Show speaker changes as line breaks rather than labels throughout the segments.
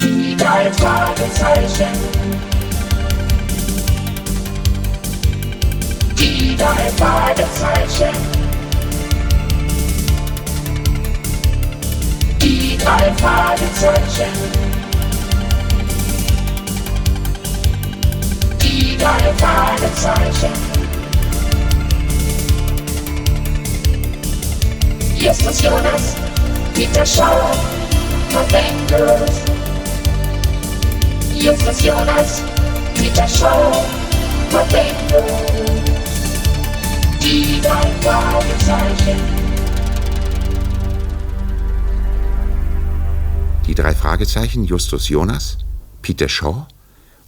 ein Fragezeichen. Wieder ein Fragezeichen. Die drei Fragezeichen. Die drei Fragezeichen. Hier ist das Jonas, Peter Schauer von Bang Girls. Hier ist das Jonas, Peter Schauer von Bang Girls. Die drei Fragezeichen.
Die drei Fragezeichen Justus Jonas, Peter Shaw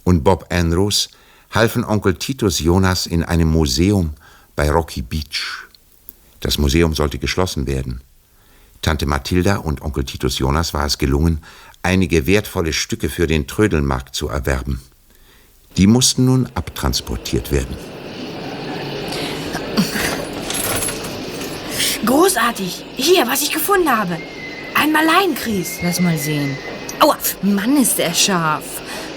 und Bob Andrews halfen Onkel Titus Jonas in einem Museum bei Rocky Beach. Das Museum sollte geschlossen werden. Tante Mathilda und Onkel Titus Jonas war es gelungen, einige wertvolle Stücke für den Trödelmarkt zu erwerben. Die mussten nun abtransportiert werden.
Großartig. Hier, was ich gefunden habe. Ein Malaiengrieß.
Lass mal sehen.
Aua,
Mann, ist er scharf.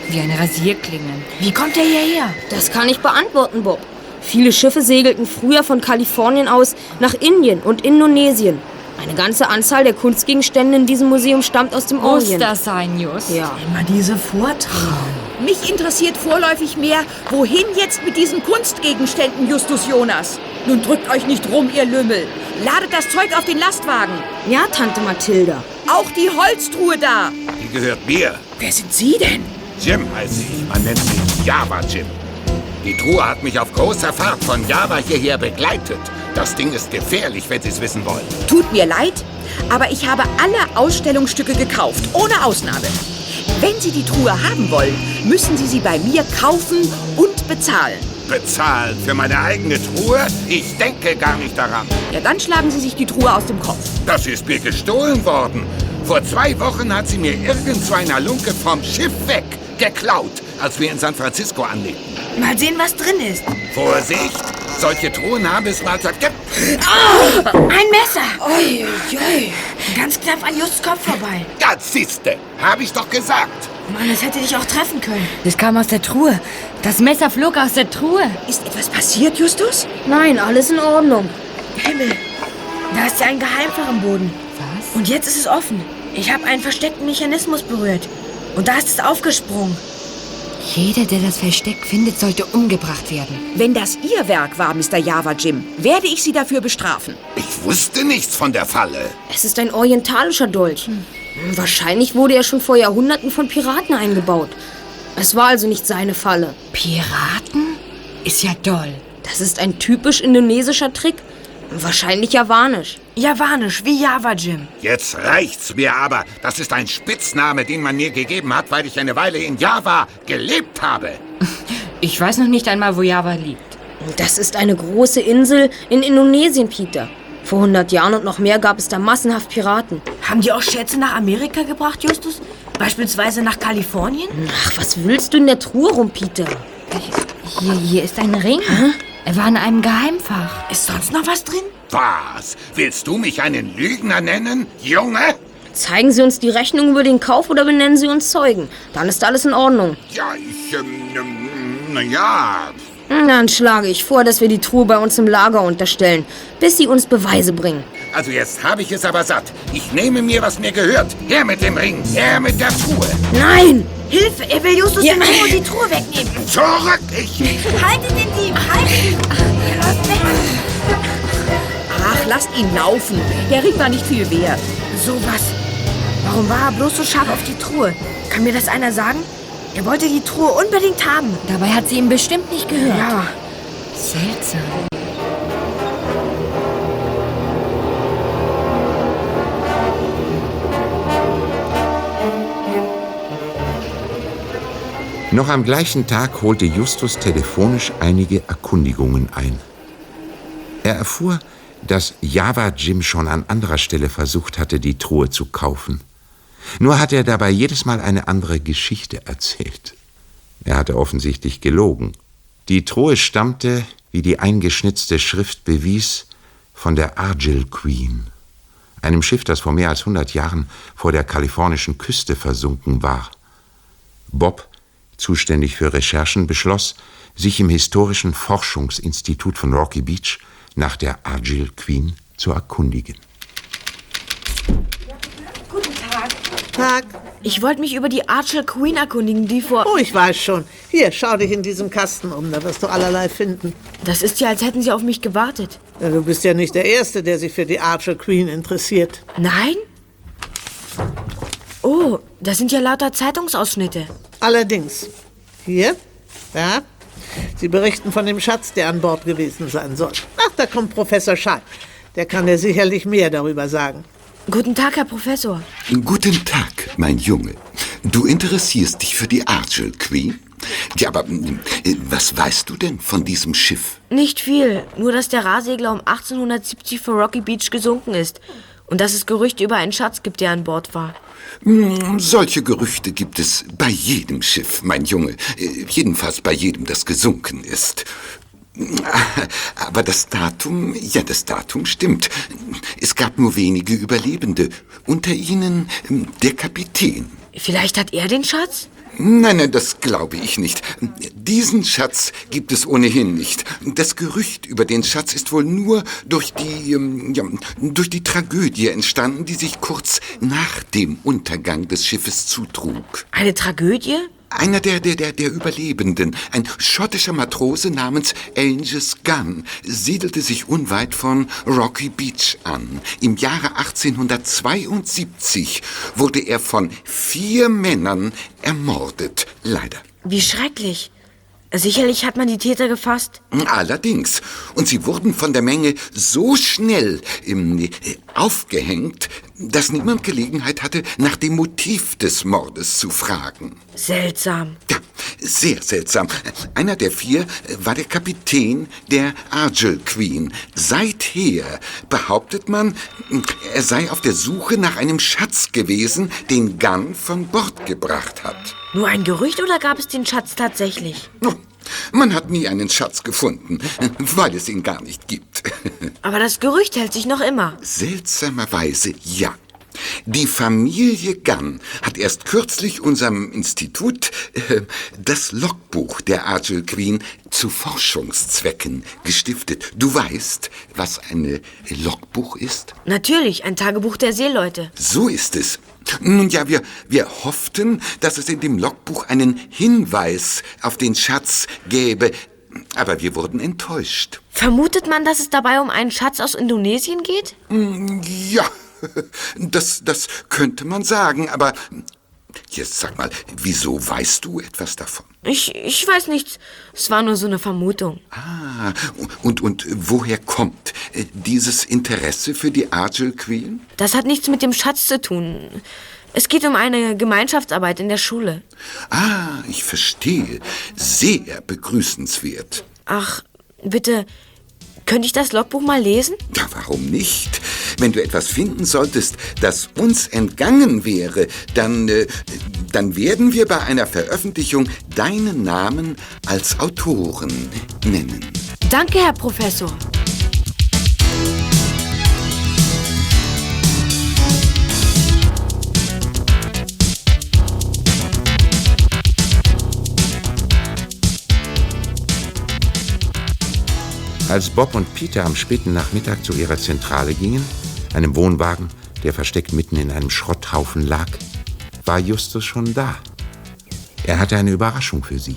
Wie eine Rasierklinge.
wie kommt der hierher?
Das kann ich beantworten, Bob. Viele Schiffe segelten früher von Kalifornien aus nach Indien und Indonesien. Eine ganze Anzahl der Kunstgegenstände in diesem Museum stammt aus dem
Muss
Orient.
das sein, Just?
Ja.
Immer diese Vortragen.
Mich interessiert vorläufig mehr, wohin jetzt mit diesen Kunstgegenständen, Justus Jonas? Nun drückt euch nicht rum, ihr Lümmel. Ladet das Zeug auf den Lastwagen.
Ja, Tante Mathilda.
Auch die Holztruhe da.
Die gehört mir.
Wer sind Sie denn?
Jim heiße ich. Man nennt mich Java Jim. Die Truhe hat mich auf großer Fahrt von Java hierher begleitet. Das Ding ist gefährlich, wenn Sie es wissen wollen.
Tut mir leid, aber ich habe alle Ausstellungsstücke gekauft, ohne Ausnahme. Wenn Sie die Truhe haben wollen, müssen Sie sie bei mir kaufen und bezahlen.
Bezahlen für meine eigene Truhe? Ich denke gar nicht daran.
Ja, dann schlagen Sie sich die Truhe aus dem Kopf.
Das ist mir gestohlen worden. Vor zwei Wochen hat sie mir irgendeiner Lunke vom Schiff weg geklaut, als wir in San Francisco anlegten.
Mal sehen, was drin ist.
Vorsicht! Solche Truhen haben es mal vergeben.
Ah!
Ein Messer. Oi, Ganz knapp an Justus Kopf vorbei.
Das siehste, habe ich doch gesagt.
Mann, das hätte dich auch treffen können.
Das kam aus der Truhe. Das Messer flog aus der Truhe.
Ist etwas passiert, Justus?
Nein, alles in Ordnung.
Himmel. Da ist ja ein Geheimfach im Boden.
Was?
Und jetzt ist es offen. Ich habe einen versteckten Mechanismus berührt. Und da ist es aufgesprungen.
Jeder, der das Versteck findet, sollte umgebracht werden.
Wenn das Ihr Werk war, Mr. Java Jim, werde ich Sie dafür bestrafen.
Ich wusste nichts von der Falle.
Es ist ein orientalischer Dolch. Wahrscheinlich wurde er schon vor Jahrhunderten von Piraten eingebaut. Es war also nicht seine Falle.
Piraten? Ist ja toll.
Das ist ein typisch indonesischer Trick. Wahrscheinlich javanisch.
Javanisch, wie Java Jim.
Jetzt reicht's mir aber. Das ist ein Spitzname, den man mir gegeben hat, weil ich eine Weile in Java gelebt habe.
Ich weiß noch nicht einmal, wo Java liegt.
Das ist eine große Insel in Indonesien, Peter. Vor 100 Jahren und noch mehr gab es da massenhaft Piraten.
Haben die auch Schätze nach Amerika gebracht, Justus? Beispielsweise nach Kalifornien?
Ach, was willst du in der Truhe rum, Peter?
Hier, hier ist ein Ring. Er war in einem Geheimfach.
Ist sonst noch was drin?
Was? Willst du mich einen Lügner nennen, Junge?
Zeigen Sie uns die Rechnung über den Kauf oder benennen Sie uns Zeugen. Dann ist alles in Ordnung.
Ja, ich, ähm, ähm, na ja.
Hm, Dann schlage ich vor, dass wir die Truhe bei uns im Lager unterstellen, bis Sie uns Beweise bringen.
Also jetzt habe ich es aber satt. Ich nehme mir, was mir gehört. Her mit dem Ring, her mit der Truhe.
Nein!
Hilfe, er will Justus
Ja.
den Ring und die Truhe wegnehmen.
Zurück, ich...
Haltet den Dieb, haltet ihn. Er läuft weg.
Ach, lasst ihn laufen. Der Ring war nicht viel wert.
Sowas. Warum war er bloß so scharf auf die Truhe? Kann mir das einer sagen? Er wollte die Truhe unbedingt haben.
Dabei hat sie ihm bestimmt nicht gehört. Seltsam.
Noch am gleichen Tag holte Justus telefonisch einige Erkundigungen ein. Er erfuhr, dass Java Jim schon an anderer Stelle versucht hatte, die Truhe zu kaufen. Nur hatte er dabei jedes Mal eine andere Geschichte erzählt. Er hatte offensichtlich gelogen. Die Truhe stammte, wie die eingeschnitzte Schrift bewies, von der Argil Queen, einem Schiff, das vor mehr als 100 Jahren vor der kalifornischen Küste versunken war. Bob, zuständig für Recherchen, beschloss, sich im historischen Forschungsinstitut von Rocky Beach nach der Argyle Queen zu erkundigen.
Tag.
Ich wollte mich über die Archer Queen erkundigen, die vor...
Oh, ich weiß schon. Hier, schau dich in diesem Kasten um, da wirst du allerlei finden.
Das ist ja, als hätten sie auf mich gewartet.
Ja, Du bist ja nicht der Erste, der sich für die Archer Queen interessiert.
Nein? Oh, das sind ja lauter Zeitungsausschnitte.
Allerdings, hier, da, Sie berichten von dem Schatz, der an Bord gewesen sein soll. Ach, da kommt Professor Schall. Der kann dir sicherlich mehr darüber sagen.
Guten Tag, Herr Professor.
Guten Tag, mein Junge. Du interessierst dich für die Argel Queen? Ja, aber äh, was weißt du denn von diesem Schiff?
Nicht viel, nur dass der Rahsegler um 1870 vor Rocky Beach gesunken ist und dass es Gerüchte über einen Schatz gibt, der an Bord war.
Hm, Solche Gerüchte gibt es bei jedem Schiff, mein Junge. Äh, Jedenfalls bei jedem, das gesunken ist. Aber das Datum, ja, das Datum stimmt. Es gab nur wenige Überlebende. Unter ihnen ähm, der Kapitän.
Vielleicht hat er den Schatz?
Nein, nein, das glaube ich nicht. Diesen Schatz gibt es ohnehin nicht. Das Gerücht über den Schatz ist wohl nur durch die, ähm, ja, durch die Tragödie entstanden, die sich kurz nach dem Untergang des Schiffes zutrug.
Eine Tragödie?
Einer der, der, der, der Überlebenden, ein schottischer Matrose namens Angus Gunn, siedelte sich unweit von Rocky Beach an. Im Jahre 1872 wurde er von vier Männern ermordet, leider.
Wie schrecklich. Sicherlich hat man die Täter gefasst.
Allerdings. Und sie wurden von der Menge so schnell ähm, äh, aufgehängt, dass niemand Gelegenheit hatte, nach dem Motiv des Mordes zu fragen.
Seltsam.
Ja, sehr seltsam. Einer der vier äh, war der Kapitän der Argel Queen. Seither behauptet man, hm, er sei auf der Suche nach einem Schatz gewesen, den Gunn von Bord gebracht hat.
Nur ein Gerücht oder gab es den Schatz tatsächlich?
Oh, Man hat nie einen Schatz gefunden, äh, weil es ihn gar nicht gibt.
Aber das Gerücht hält sich noch immer.
Seltsamerweise ja. Die Familie Gunn hat erst kürzlich unserem Institut äh, das Logbuch der Argel Queen zu Forschungszwecken gestiftet. Du weißt, was ein Logbuch ist?
Natürlich, ein Tagebuch der Seeleute.
So ist es. Nun ja, wir, wir hofften, dass es in dem Logbuch einen Hinweis auf den Schatz gäbe, aber wir wurden enttäuscht.
Vermutet man, dass es dabei um einen Schatz aus Indonesien geht?
Ja, das, das könnte man sagen, aber jetzt sag mal, wieso weißt du etwas davon?
Ich, ich weiß nichts. Es war nur so eine Vermutung.
Ah, und, und woher kommt äh, dieses Interesse für die Argel Queen?
Das hat nichts mit dem Schatz zu tun. Es geht um eine Gemeinschaftsarbeit in der Schule.
Ah, ich verstehe. Sehr begrüßenswert.
Ach, bitte, könnte ich das Logbuch mal lesen?
Ja, warum nicht? Wenn du etwas finden solltest, das uns entgangen wäre, dann, äh, dann werden wir bei einer Veröffentlichung deinen Namen als Autoren nennen.
Danke, Herr Professor.
Als Bob und Peter am späten Nachmittag zu ihrer Zentrale gingen, einem Wohnwagen, der versteckt mitten in einem Schrotthaufen lag, war Justus schon da. Er hatte eine Überraschung für sie.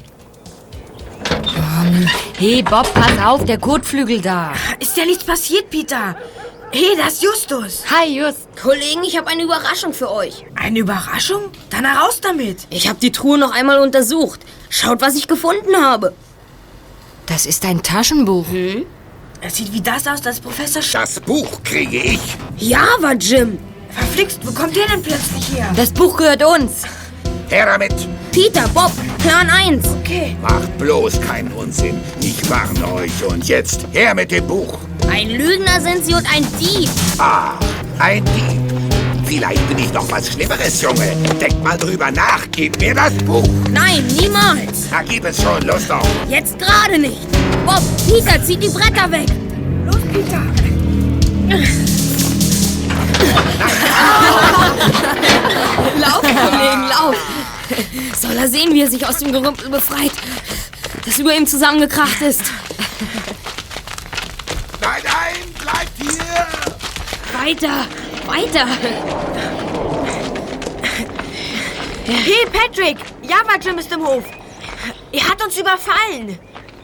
Hey Bob, pass auf, der Kotflügel da.
Ist ja nichts passiert, Peter. Hey, das ist Justus.
Hi Just.
Kollegen, ich habe eine Überraschung für euch.
Eine Überraschung? Dann heraus damit.
Ich habe die Truhe noch einmal untersucht. Schaut, was ich gefunden habe. Hm?
Das ist ein Taschenbuch.
Es sieht wie das aus, das Professor Sch
Das Buch kriege ich.
Java Jim.
Verflixt, wo kommt der denn plötzlich her?
Das Buch gehört uns.
Her damit.
Peter, Bob, Plan 1.
Okay.
Macht bloß keinen Unsinn. Ich warne euch. Und jetzt her mit dem Buch.
Ein Lügner sind sie und ein Dieb.
Ah, ein Dieb. Vielleicht bin ich noch was Schlimmeres, Junge. Denkt mal drüber nach. Gib mir das Buch.
Nein, niemals.
Na, gib es schon. Los doch.
Jetzt gerade nicht. Bob, Peter, zieh die Bretter weg. Los, Peter. lauf, Kollegen, lauf. auf. Soll er sehen, wie er sich aus dem Gerümpel befreit, das über ihm zusammengekracht ist.
Nein, nein, bleibt hier!
Weiter, weiter.
Hey, Patrick! Java Jim ist im Hof! Er hat uns überfallen!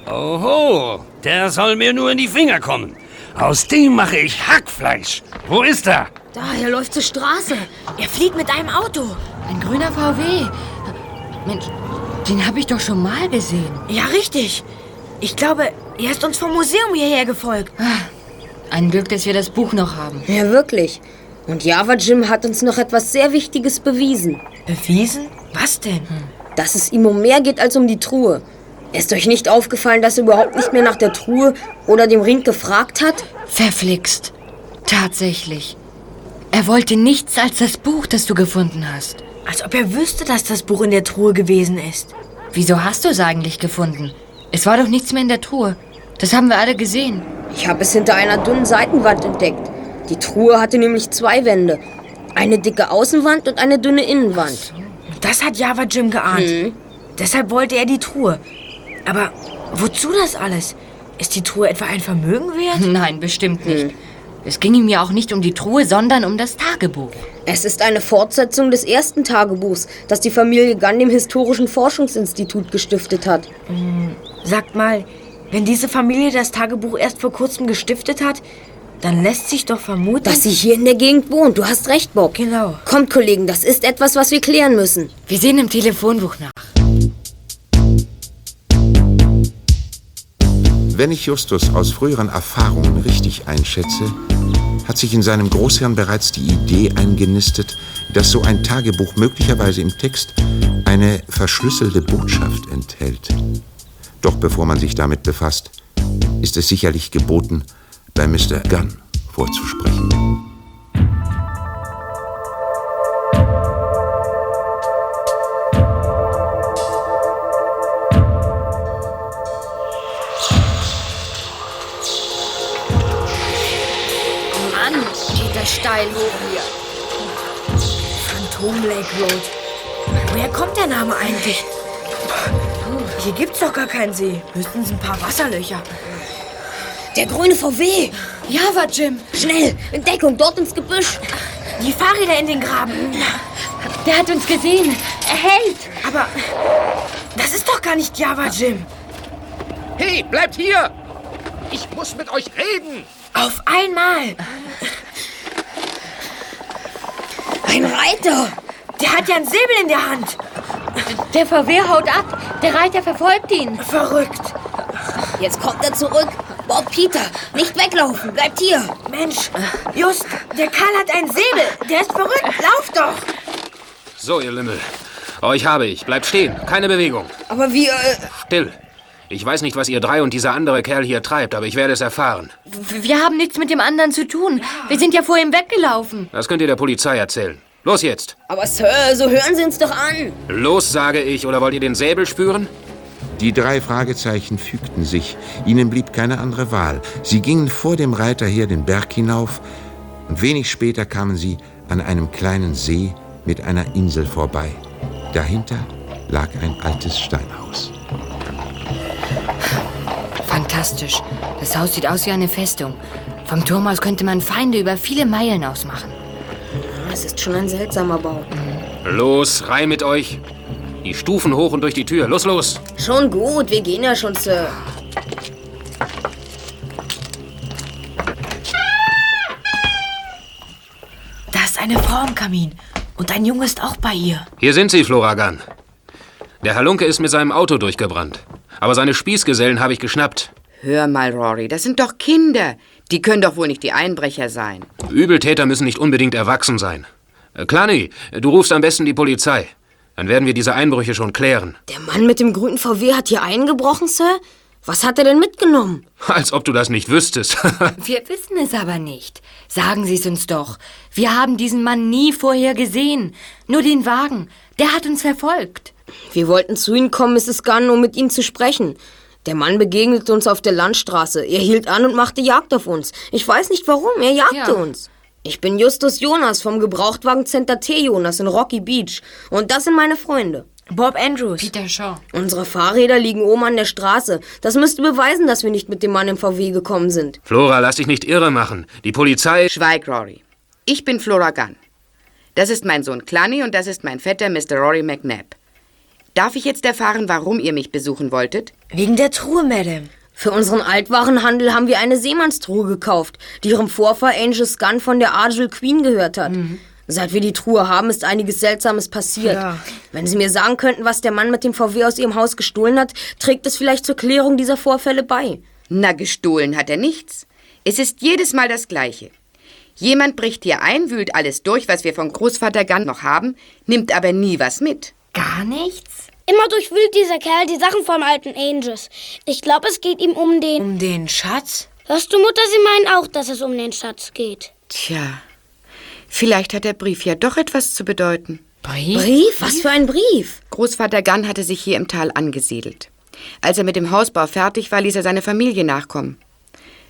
Oho, der soll mir nur in die Finger kommen. Aus dem mache ich Hackfleisch. Wo ist er?
Da, er läuft zur Straße.
Er fliegt mit einem Auto!
Ein grüner VW. Mensch, den habe ich doch schon mal gesehen.
Ja, richtig! Ich glaube, er ist uns vom Museum hierher gefolgt.
Ah, Ein Glück, dass wir das Buch noch haben.
Ja, wirklich. Und Java Jim hat uns noch etwas sehr Wichtiges bewiesen.
Bewiesen? Was denn?
Hm.
Dass es ihm um mehr geht als um die Truhe. Ist euch nicht aufgefallen, dass er überhaupt nicht mehr nach der Truhe oder dem Ring gefragt hat?
Verflixt. Tatsächlich. Er wollte nichts als das Buch, das du gefunden hast.
Als ob er wüsste, dass das Buch in der Truhe gewesen ist.
Wieso hast du es eigentlich gefunden? Es war doch nichts mehr in der Truhe. Das haben wir alle gesehen.
Ich habe es hinter einer dünnen Seitenwand entdeckt. Die Truhe hatte nämlich zwei Wände. Eine dicke Außenwand und eine dünne Innenwand.
Das hat Java Jim geahnt.
Mhm.
Deshalb wollte er die Truhe. Aber wozu das alles? Ist die Truhe etwa ein Vermögen wert? Hm.
Nein, bestimmt nicht. Es ging ihm ja auch nicht um die Truhe, sondern um das Tagebuch.
Es ist eine Fortsetzung des ersten Tagebuchs, das die Familie Gunn dem Historischen Forschungsinstitut gestiftet hat.
Mm,
Sagt mal, wenn diese Familie das Tagebuch erst vor kurzem gestiftet hat, dann lässt sich doch vermuten,
Dass sie hier in der Gegend wohnt, du hast recht, Bob.
Genau.
Kommt, Kollegen, das ist etwas, was wir klären müssen.
Wir sehen im Telefonbuch nach.
Wenn ich Justus aus früheren Erfahrungen richtig einschätze, hat sich in seinem Großhirn bereits die Idee eingenistet, dass so ein Tagebuch möglicherweise im Text eine verschlüsselte Botschaft enthält. Doch bevor man sich damit befasst, ist es sicherlich geboten, bei Mr. Gunn vorzusprechen.
Mann, geht das steil hoch hier.
Phantom Lake Road. Woher kommt der Name eigentlich? Hier gibt's doch gar keinen See. Höchstens ein paar Wasserlöcher.
Der grüne VW!
Java Jim,
Schnell, in Deckung, dort ins Gebüsch.
die Fahrräder in den Graben.
Der hat uns gesehen. Er hält.
Aber das ist doch gar nicht Java Jim.
Hey, bleibt hier! Ich muss mit euch reden!
Auf einmal.
Ein Reiter!
Der hat ja einen Säbel in der Hand.
Der VW haut ab. Der Reiter verfolgt ihn.
Verrückt.
Jetzt kommt er zurück. Bob Peter, nicht weglaufen, bleibt hier.
Mensch, Just, der Karl hat einen Säbel. Der ist verrückt. Lauf doch.
So, ihr Lümmel. Euch habe ich. Bleibt stehen. Keine Bewegung.
Aber wir.
äh,
Still. Ich weiß nicht, was ihr drei und dieser andere Kerl hier treibt, aber ich werde es erfahren.
Wir haben nichts mit dem anderen zu tun. Wir sind ja vor ihm weggelaufen.
Das könnt ihr der Polizei erzählen. Los jetzt.
Aber Sir, so hören Sie uns doch an.
Los, sage ich. Oder wollt ihr den Säbel spüren?
Die drei Fragezeichen fügten sich. Ihnen blieb keine andere Wahl. Sie gingen vor dem Reiter her den Berg hinauf und wenig später kamen sie an einem kleinen See mit einer Insel vorbei. Dahinter lag ein altes Steinhaus.
Fantastisch. Das Haus sieht aus wie eine Festung. Vom Turm aus könnte man Feinde über viele Meilen ausmachen.
Ah,
Mhm.
Das ist schon ein seltsamer Bau.
Los, rein mit euch. Die Stufen hoch und durch die Tür. Los, los.
Schon gut, wir gehen ja schon, Sir.
Da ist eine Frau im Kamin. Und ein Junge ist auch bei ihr.
Hier sind sie, Floragan. Der Halunke ist mit seinem Auto durchgebrannt. Aber seine Spießgesellen habe ich geschnappt.
Hör mal, Rory, das sind doch Kinder. Die können doch wohl nicht die Einbrecher sein.
Übeltäter müssen nicht unbedingt erwachsen sein. Äh, Klani, du rufst am besten die Polizei. Dann werden wir diese Einbrüche schon klären.
Der Mann mit dem grünen VW hat hier eingebrochen, Sir? Was hat er denn mitgenommen?
Als ob du das nicht wüsstest.
Wir wissen es aber nicht. Sagen Sie es uns doch. Wir haben diesen Mann nie vorher gesehen. Nur den Wagen. Der hat uns verfolgt.
Wir wollten zu Ihnen kommen, Mrs. Gunn, um mit Ihnen zu sprechen. Der Mann begegnete uns auf der Landstraße. Er hielt an und machte Jagd auf uns. Ich weiß nicht warum, er jagte
Ja.
uns. Ich bin Justus Jonas vom Gebrauchtwagencenter T. Jonas in Rocky Beach. Und das sind meine Freunde.
Bob Andrews.
Peter Shaw.
Unsere Fahrräder liegen oben an der Straße. Das müsste beweisen, dass wir nicht mit dem Mann im VW gekommen sind.
Flora, lass dich nicht irre machen. Die Polizei.
Schweig, Rory. Ich bin Flora Gunn. Das ist mein Sohn Clunny und das ist mein Vetter Mr. Rory McNabb. Darf ich jetzt erfahren, warum ihr mich besuchen wolltet?
Wegen der Truhe, Madame.
Für unseren Altwarenhandel haben wir eine Seemannstruhe gekauft, die ihrem Vorfahr Angel Gunn von der Argyle Queen gehört hat. Seit wir die Truhe haben, ist einiges Seltsames passiert.
Ja.
Wenn Sie mir sagen könnten, was der Mann mit dem VW aus Ihrem Haus gestohlen hat, trägt es vielleicht zur Klärung dieser Vorfälle bei.
Na, gestohlen hat er nichts. Es ist jedes Mal das Gleiche. Jemand bricht hier ein, wühlt alles durch, was wir von Großvater Gunn noch haben, nimmt aber nie was mit.
Ah,
Gar nichts?
Immer durchwühlt dieser Kerl die Sachen vom alten Angels. Ich glaube, es geht ihm um den.
Um den Schatz?
Hörst du, Mutter, sie meinen auch, dass es um den Schatz geht.
Tja, vielleicht hat der Brief ja doch etwas zu bedeuten.
Brief?
Brief? Was für ein Brief?
Großvater Gunn hatte sich hier im Tal angesiedelt. Als er mit dem Hausbau fertig war, ließ er seine Familie nachkommen.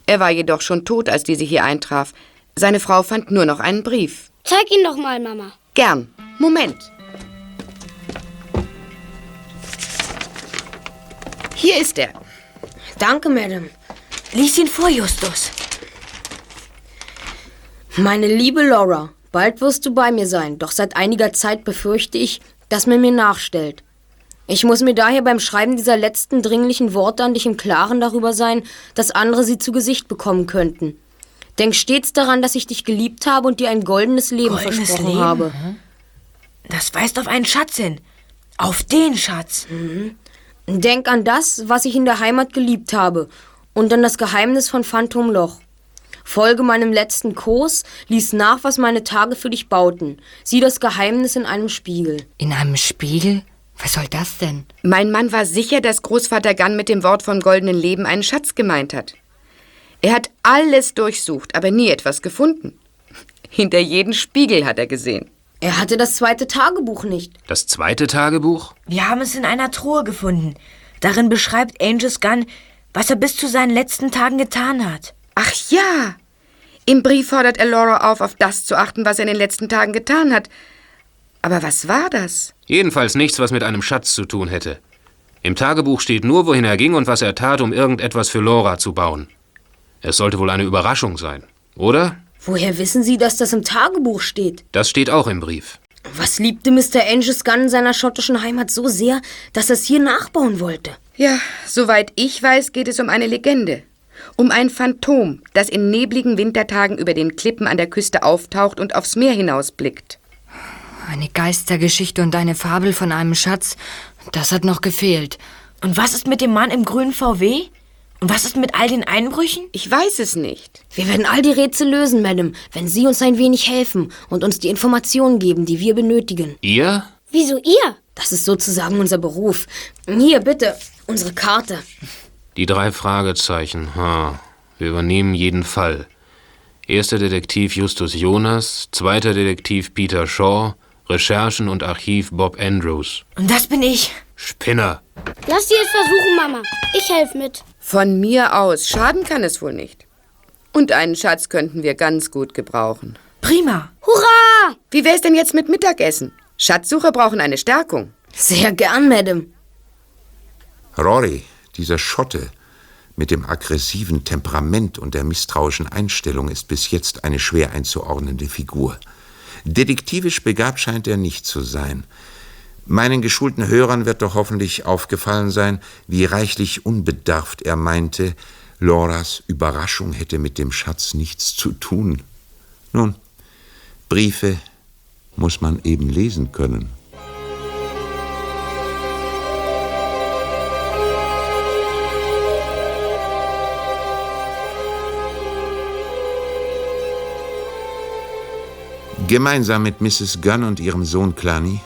Er war jedoch schon tot, als diese hier eintraf. Seine Frau fand nur noch einen Brief.
Zeig ihn doch mal, Mama.
Gern. Moment. Hier ist er.
Danke, Madame.
Lies ihn vor, Justus.
Meine liebe Laura, bald wirst du bei mir sein, doch seit einiger Zeit befürchte ich, dass man mir nachstellt. Ich muss mir daher beim Schreiben dieser letzten dringlichen Worte an dich im Klaren darüber sein, dass andere sie zu Gesicht bekommen könnten. Denk stets daran, dass ich dich geliebt habe und dir ein goldenes Leben
Goldenes
versprochen
Leben,
habe.
Das weist auf einen Schatz hin. Auf den Schatz.
Mhm. Denk an das, was ich in der Heimat geliebt habe und an das Geheimnis von Phantomloch. Folge meinem letzten Kurs, lies nach, was meine Tage für dich bauten. Sieh das Geheimnis in einem Spiegel.
In einem Spiegel? Was soll das denn?
Mein Mann war sicher, dass Großvater Gunn mit dem Wort vom goldenen Leben einen Schatz gemeint hat. Er hat alles durchsucht, aber nie etwas gefunden. Hinter jeden Spiegel hat er gesehen.
Er hatte das zweite Tagebuch nicht.
Das zweite Tagebuch?
Wir haben es in einer Truhe gefunden. Darin beschreibt Angus Gunn, was er bis zu seinen letzten Tagen getan hat.
Ach ja! Im Brief fordert er Laura auf, auf das zu achten, was er in den letzten Tagen getan hat. Aber was war das?
Jedenfalls nichts, was mit einem Schatz zu tun hätte. Im Tagebuch steht nur, wohin er ging und was er tat, um irgendetwas für Laura zu bauen. Es sollte wohl eine Überraschung sein, oder?
Woher wissen Sie, dass das im Tagebuch steht?
Das steht auch im Brief.
Was liebte Mr. Angus Gunn in seiner schottischen Heimat so sehr, dass er es hier nachbauen wollte?
Ja, soweit ich weiß, geht es um eine Legende. Um ein Phantom, das in nebligen Wintertagen über den Klippen an der Küste auftaucht und aufs Meer hinausblickt.
Eine Geistergeschichte und eine Fabel von einem Schatz, das hat noch gefehlt.
Und was ist mit dem Mann im grünen VW? Und was ist mit all den Einbrüchen?
Ich weiß es nicht.
Wir werden all die Rätsel lösen, Madame, wenn Sie uns ein wenig helfen und uns die Informationen geben, die wir benötigen.
Ihr?
Wieso ihr?
Das ist sozusagen unser Beruf. Hier, bitte, unsere Karte.
Die drei Fragezeichen. Ha. Wir übernehmen jeden Fall. Erster Detektiv Justus Jonas, zweiter Detektiv Peter Shaw, Recherchen und Archiv Bob Andrews.
Und das bin ich.
Spinner.
Lass sie es versuchen, Mama. Ich helfe mit.
Von mir aus, schaden kann es wohl nicht. Und einen Schatz könnten wir ganz gut gebrauchen.
Prima.
Hurra!
Wie wär's denn jetzt mit Mittagessen? Schatzsucher brauchen eine Stärkung.
Sehr gern, Madame.
Rory, dieser Schotte mit dem aggressiven Temperament und der misstrauischen Einstellung ist bis jetzt eine schwer einzuordnende Figur. Detektivisch begabt scheint er nicht zu sein. Meinen geschulten Hörern wird doch hoffentlich aufgefallen sein, wie reichlich unbedarft er meinte, Loras Überraschung hätte mit dem Schatz nichts zu tun. Nun, Briefe muss man eben lesen können. Gemeinsam mit Mrs. Gunn und ihrem Sohn Cluny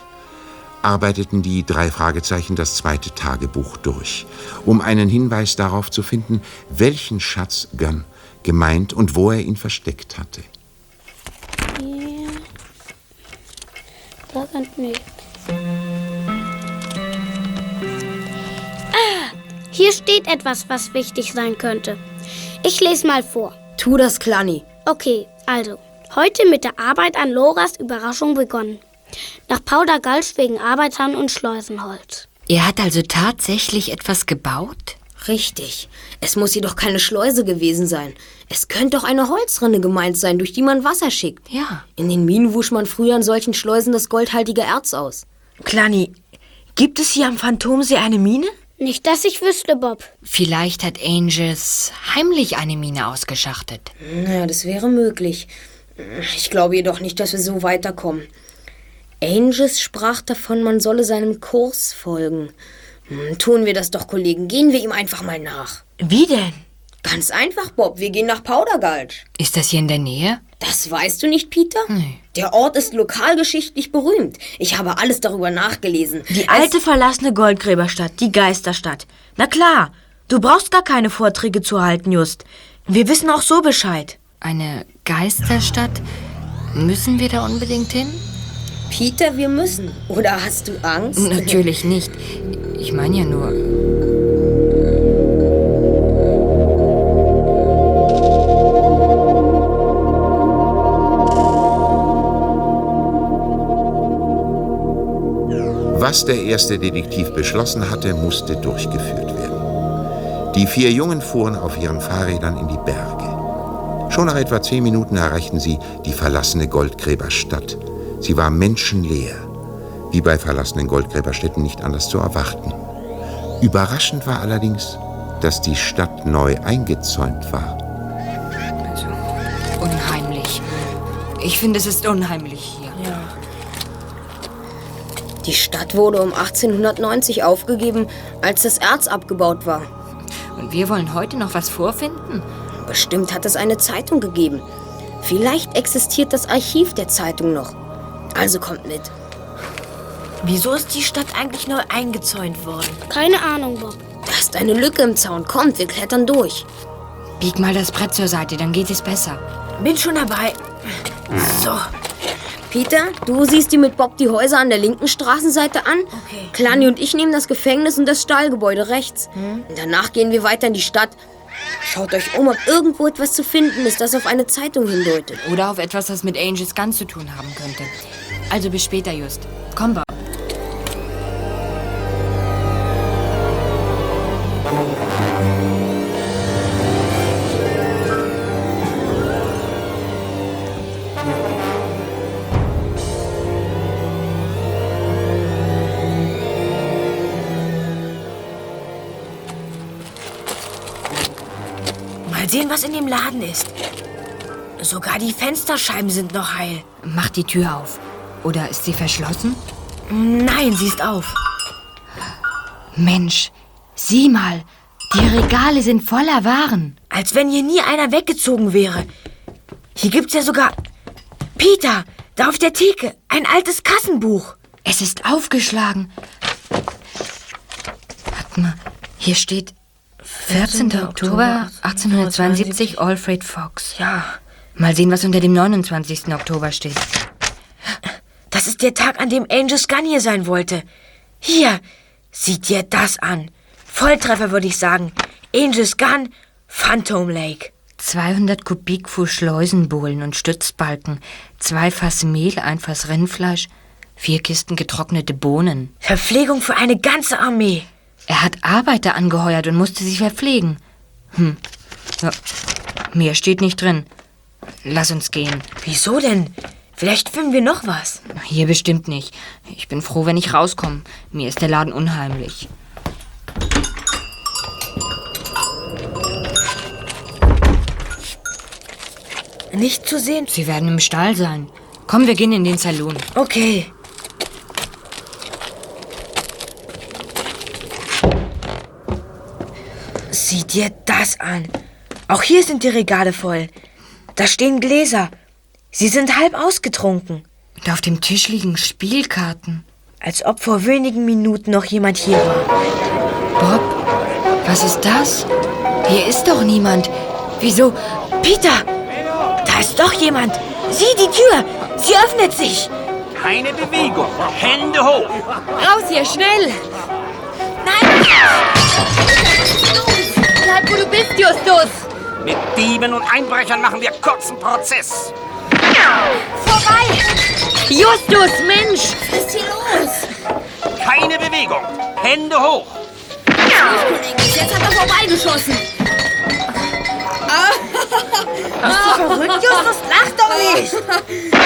arbeiteten die drei Fragezeichen das zweite Tagebuch durch, um einen Hinweis darauf zu finden, welchen Schatz Gunn gemeint und wo er ihn versteckt hatte.
Da könnten wir. Ah, Ah, hier steht etwas, was wichtig sein könnte. Ich lese mal vor.
Tu das, Clunny.
Okay, also. heute mit der Arbeit an Loras Überraschung begonnen. Nach Paudergalsch wegen Arbeitern und Schleusenholz.
Ihr hat also tatsächlich etwas gebaut?
Richtig. Es muss jedoch keine Schleuse gewesen sein. Es könnte auch eine Holzrinne gemeint sein, durch die man Wasser schickt.
Ja.
In den Minen wusch man früher in solchen Schleusen das goldhaltige Erz aus.
Klani, gibt es hier am Phantomsee eine Mine?
Nicht, dass ich wüsste, Bob.
Vielleicht hat Angels heimlich eine Mine ausgeschachtet.
Naja, das wäre möglich. Ich glaube jedoch nicht, dass wir so weiterkommen. Angels sprach davon, man solle seinem Kurs folgen. Hm, Tun wir das doch, Kollegen. Gehen wir ihm einfach mal nach.
Wie denn?
Ganz einfach, Bob. Wir gehen nach Powdergulch.
Ist das hier in der Nähe?
Das weißt du nicht, Peter?
Nee.
Der Ort ist lokalgeschichtlich berühmt. Ich habe alles darüber nachgelesen.
Die alte verlassene Goldgräberstadt, die Geisterstadt. Na klar, du brauchst gar keine Vorträge zu halten, Just. Wir wissen auch so Bescheid.
Eine Geisterstadt? Müssen wir da unbedingt hin?
Peter, wir müssen. Oder hast du Angst?
Natürlich nicht. Ich meine ja nur.
Was der erste Detektiv beschlossen hatte, musste durchgeführt werden. Die vier Jungen fuhren auf ihren Fahrrädern in die Berge. Schon nach etwa zehn Minuten erreichten sie die verlassene Goldgräberstadt. Sie war menschenleer, wie bei verlassenen Goldgräberstädten nicht anders zu erwarten. Überraschend war allerdings, dass die Stadt neu eingezäunt war.
also, Unheimlich. Ich finde, es ist unheimlich hier.
Die Stadt wurde um 1890 aufgegeben, als das Erz abgebaut war.
Und wir wollen heute noch was vorfinden?
Bestimmt hat es eine Zeitung gegeben. Vielleicht existiert das Archiv der Zeitung noch. Also kommt mit.
Wieso ist die Stadt eigentlich neu eingezäunt worden?
Keine Ahnung, Bob.
Da ist eine Lücke im Zaun. Kommt, wir klettern durch.
Bieg mal das Brett zur Seite, dann geht es besser.
Bin schon dabei. So,
Peter, du siehst dir mit Bob die Häuser an der linken Straßenseite an.
Okay.
Klani und ich nehmen das Gefängnis und das Stahlgebäude rechts.
Hm?
Und danach gehen wir weiter in die Stadt. Schaut euch um, ob irgendwo etwas zu finden ist, das auf eine Zeitung hindeutet.
Oder auf etwas, das mit Angels Gun zu tun haben könnte. Also bis später, Just. Komm, Bob.
mal sehen, was in dem Laden ist. Sogar die Fensterscheiben sind noch heil.
Mach die Tür auf. Oder ist sie verschlossen?
Nein, sie ist auf.
Mensch, sieh mal. Die Regale sind voller Waren.
Als wenn hier nie einer weggezogen wäre. Hier gibt's ja sogar. Peter, da auf der Theke, ein altes Kassenbuch.
Es ist aufgeschlagen. Warte mal, hier steht 14. Oktober 1872 Alfred Fox.
Ja,
Mal sehen, was unter dem 29. Oktober steht.
das ist der Tag, an dem Angel Gunn hier sein wollte. Hier, sieht dir das an. Volltreffer würde ich sagen. Angel Gunn, Phantom Lake.
200 Kubikfuß Schleusenbohlen und Stützbalken, zwei Fass Mehl, ein Fass Rindfleisch, vier Kisten getrocknete Bohnen.
Verpflegung für eine ganze Armee.
Er hat Arbeiter angeheuert und musste sie verpflegen. Hm. Ja, mehr steht nicht drin. Lass uns gehen.
Wieso denn? Vielleicht finden wir noch was.
Hier bestimmt nicht. Ich bin froh, wenn ich rauskomme. Mir ist der Laden unheimlich.
Nicht zu sehen.
Sie werden im Stall sein. Komm, wir gehen in den Salon.
Okay. Sieh dir das an. Auch hier sind die Regale voll. Da stehen Gläser. Sie sind halb ausgetrunken.
Und auf dem Tisch liegen Spielkarten.
Als ob vor wenigen Minuten noch jemand hier war.
Bob, was ist das? Hier ist doch niemand. Wieso?
Peter! Da ist doch jemand. Sieh die Tür. Sie öffnet sich.
Keine Bewegung. Hände hoch.
Raus hier, schnell!
Mit Dieben und Einbrechern machen wir kurzen Prozess.
Vorbei!
Justus, Mensch!
Was ist hier los?
Keine Bewegung. Hände hoch.
Kollege, jetzt hat er vorbeigeschossen.
Bist du verrückt, Justus? Lach doch nicht!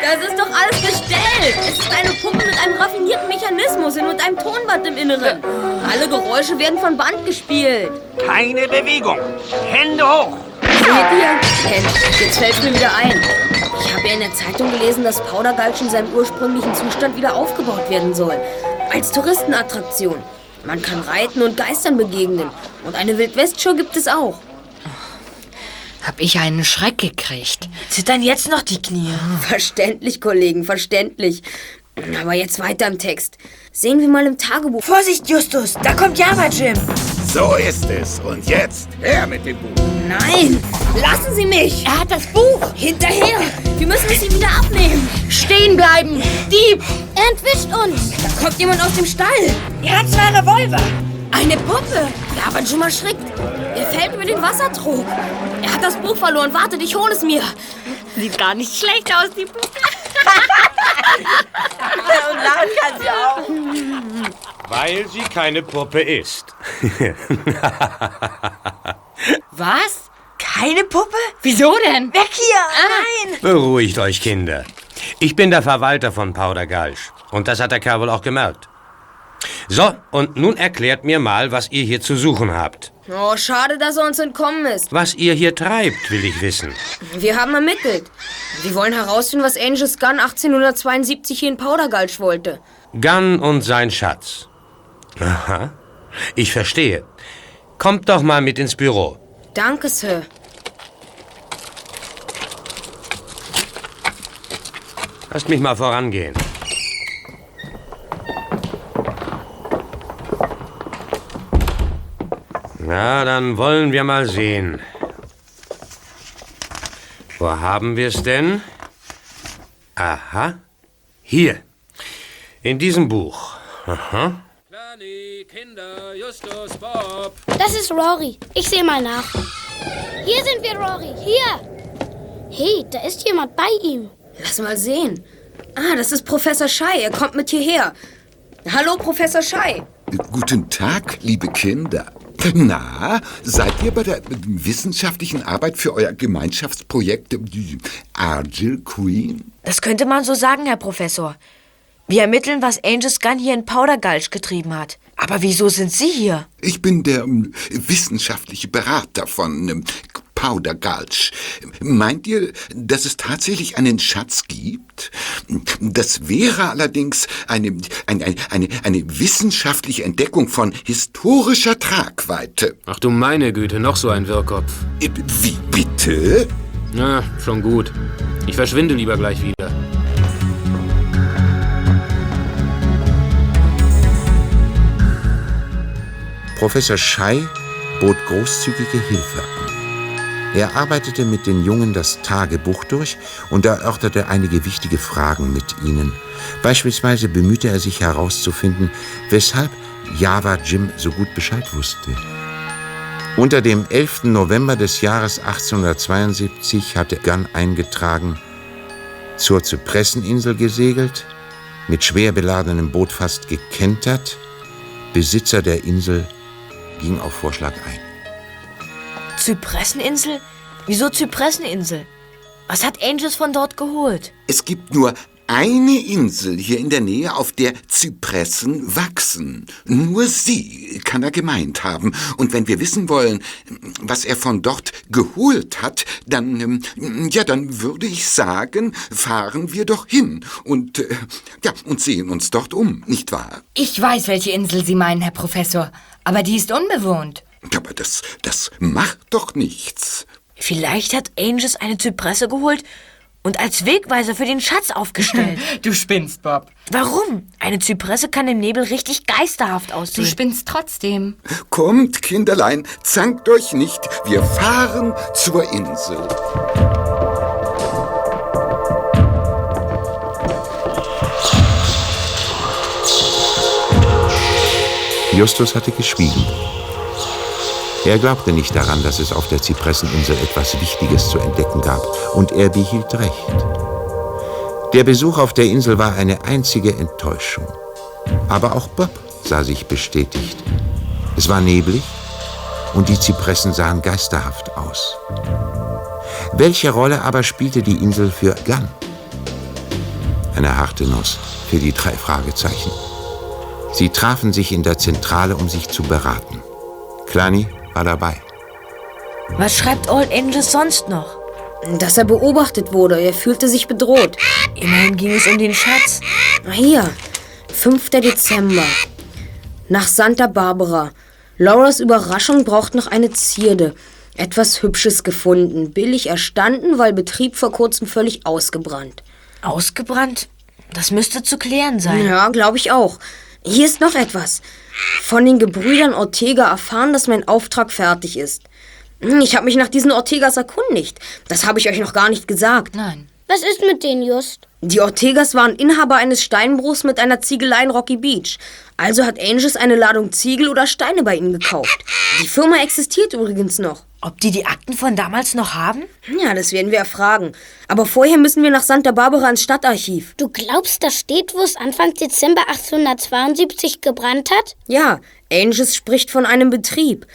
Das ist doch alles gestellt. Es ist eine Pumpe mit einem raffinierten Mechanismus und mit einem Tonband im Inneren. Alle Geräusche werden von Band gespielt.
Keine Bewegung. Hände hoch.
Seht ihr? Ken, jetzt fällt mir wieder ein. Ich habe ja in der Zeitung gelesen, dass Powdergalsch in seinem ursprünglichen Zustand wieder aufgebaut werden soll. Als Touristenattraktion. Man kann reiten und Geistern begegnen. Und eine Wildwestshow gibt es auch.
Hab ich einen Schreck gekriegt.
Zittern jetzt noch die Knie. Verständlich, Kollegen, verständlich. Aber jetzt weiter im Text. Sehen wir mal im Tagebuch.
Vorsicht, Justus, da kommt Java Jim.
So ist es. Und jetzt her mit dem Buch.
Nein, lassen Sie mich. Er hat das Buch. Hinterher. Wir müssen es ihm wieder abnehmen. Stehen bleiben. Dieb. Er entwischt uns. Da kommt jemand aus dem Stall. Er hat zwei Revolver. Eine Puppe. Ja, schon mal schreckt. Er fällt über den Wassertrog. Er hat das Buch verloren. Wartet, ich hole es mir. Sieht gar nicht schlecht aus, die Puppe.
Und lachen kann sie auch.
Weil sie keine Puppe ist.
Was? Keine Puppe? Wieso denn? Ah.
Weg hier! Nein!
Beruhigt euch, Kinder. Ich bin der Verwalter von Powder Galsch. Und das hat der Kerl wohl auch gemerkt. So, und nun erklärt mir mal, was ihr hier zu suchen habt.
Oh, schade, dass er uns entkommen ist.
Was ihr hier treibt, will ich wissen.
Wir haben ermittelt. Wir wollen herausfinden, was Angel's Gun 1872 hier in Powdergalsch wollte.
Gunn und sein Schatz. Aha, ich verstehe. Kommt doch mal mit ins Büro.
Danke, Sir.
Lasst mich mal vorangehen. Na, dann wollen wir mal sehen. Wo haben wir es denn? Aha, hier. In diesem Buch. Aha.
Das ist Rory. Ich sehe mal nach. Hier sind wir, Rory. Hier. Hey, da ist jemand bei ihm.
Lass mal sehen. Ah, das ist Professor Schei. Er kommt mit hierher. Hallo, Professor Schei.
Äh, Guten Tag, liebe Kinder. Na, seid ihr bei der äh, wissenschaftlichen Arbeit für euer Gemeinschaftsprojekt äh, Agile Queen?
Das könnte man so sagen, Herr Professor. Wir ermitteln, was Angel's Gun hier in Powdergalsch getrieben hat. Aber wieso sind Sie hier?
Ich bin der ähm, wissenschaftliche Berater von ähm, Powder Gulch. Meint ihr, dass es tatsächlich einen Schatz gibt? Das wäre allerdings eine, eine, eine, eine, eine wissenschaftliche Entdeckung von historischer Tragweite.
Ach du meine Güte, noch so ein Wirrkopf.
Äh, Wie bitte?
Na, schon gut. Ich verschwinde lieber gleich wieder.
Professor Schei bot großzügige Hilfe an. Er arbeitete mit den Jungen das Tagebuch durch und erörterte einige wichtige Fragen mit ihnen. Beispielsweise bemühte er sich herauszufinden, weshalb Java Jim so gut Bescheid wusste. Unter dem 11. November des Jahres 1872 hatte Gunn eingetragen, zur Zypresseninsel gesegelt, mit schwer beladenem Boot fast gekentert, Besitzer der Insel ging auf Vorschlag ein.
Zypresseninsel? Wieso Zypresseninsel? Was hat Angels von dort geholt?
Es gibt nur eine Insel hier in der Nähe, auf der Zypressen wachsen. Nur sie kann er gemeint haben. Und wenn wir wissen wollen, was er von dort geholt hat, dann, ähm, ja, dann würde ich sagen, fahren wir doch hin und, äh, ja, und sehen uns dort um, nicht wahr?
Ich weiß, welche Insel Sie meinen, Herr Professor. Aber die ist unbewohnt.
Aber das, das macht doch nichts.
Vielleicht hat Angels eine Zypresse geholt und als Wegweiser für den Schatz aufgestellt.
Du spinnst, Bob.
Warum? Eine Zypresse kann im Nebel richtig geisterhaft
Du
aussehen.
spinnst trotzdem.
Kommt, Kinderlein, zankt euch nicht, wir fahren zur Insel.
Justus hatte geschwiegen. Er glaubte nicht daran, dass es auf der Zypresseninsel etwas Wichtiges zu entdecken gab, und er behielt recht. Der Besuch auf der Insel war eine einzige Enttäuschung. Aber auch Bob sah sich bestätigt. Es war neblig und die Zypressen sahen geisterhaft aus. Welche Rolle aber spielte die Insel für Gunn? Eine harte Nuss für die drei Fragezeichen. Sie trafen sich in der Zentrale, um sich zu beraten. Klani war dabei.
Was schreibt Old Angels sonst noch?
Dass er beobachtet wurde. Er fühlte sich bedroht.
Immerhin ging es um den Schatz.
Na Hier, 5. Dezember. Nach Santa Barbara. Lauras Überraschung braucht noch eine Zierde. Etwas Hübsches gefunden. Billig erstanden, weil Betrieb vor kurzem völlig ausgebrannt.
Ausgebrannt? Das müsste zu klären sein.
Ja, glaube ich auch. Hier ist noch etwas. Von den Gebrüdern Ortega erfahren, dass mein Auftrag fertig ist. Hm, Ich habe mich nach diesen Ortegas erkundigt. Das habe ich euch noch gar nicht gesagt.
Nein.
Was ist mit denen, Just?
Die Ortegas waren Inhaber eines Steinbruchs mit einer Ziegelei in Rocky Beach. Also hat Angels eine Ladung Ziegel oder Steine bei ihnen gekauft. Die Firma existiert übrigens noch.
Ob die die Akten von damals noch haben?
Ja, das werden wir erfragen. Aber vorher müssen wir nach Santa Barbara ins Stadtarchiv.
Du glaubst, da steht, wo es Anfang Dezember 1872 gebrannt hat?
Ja, Angels spricht von einem Betrieb.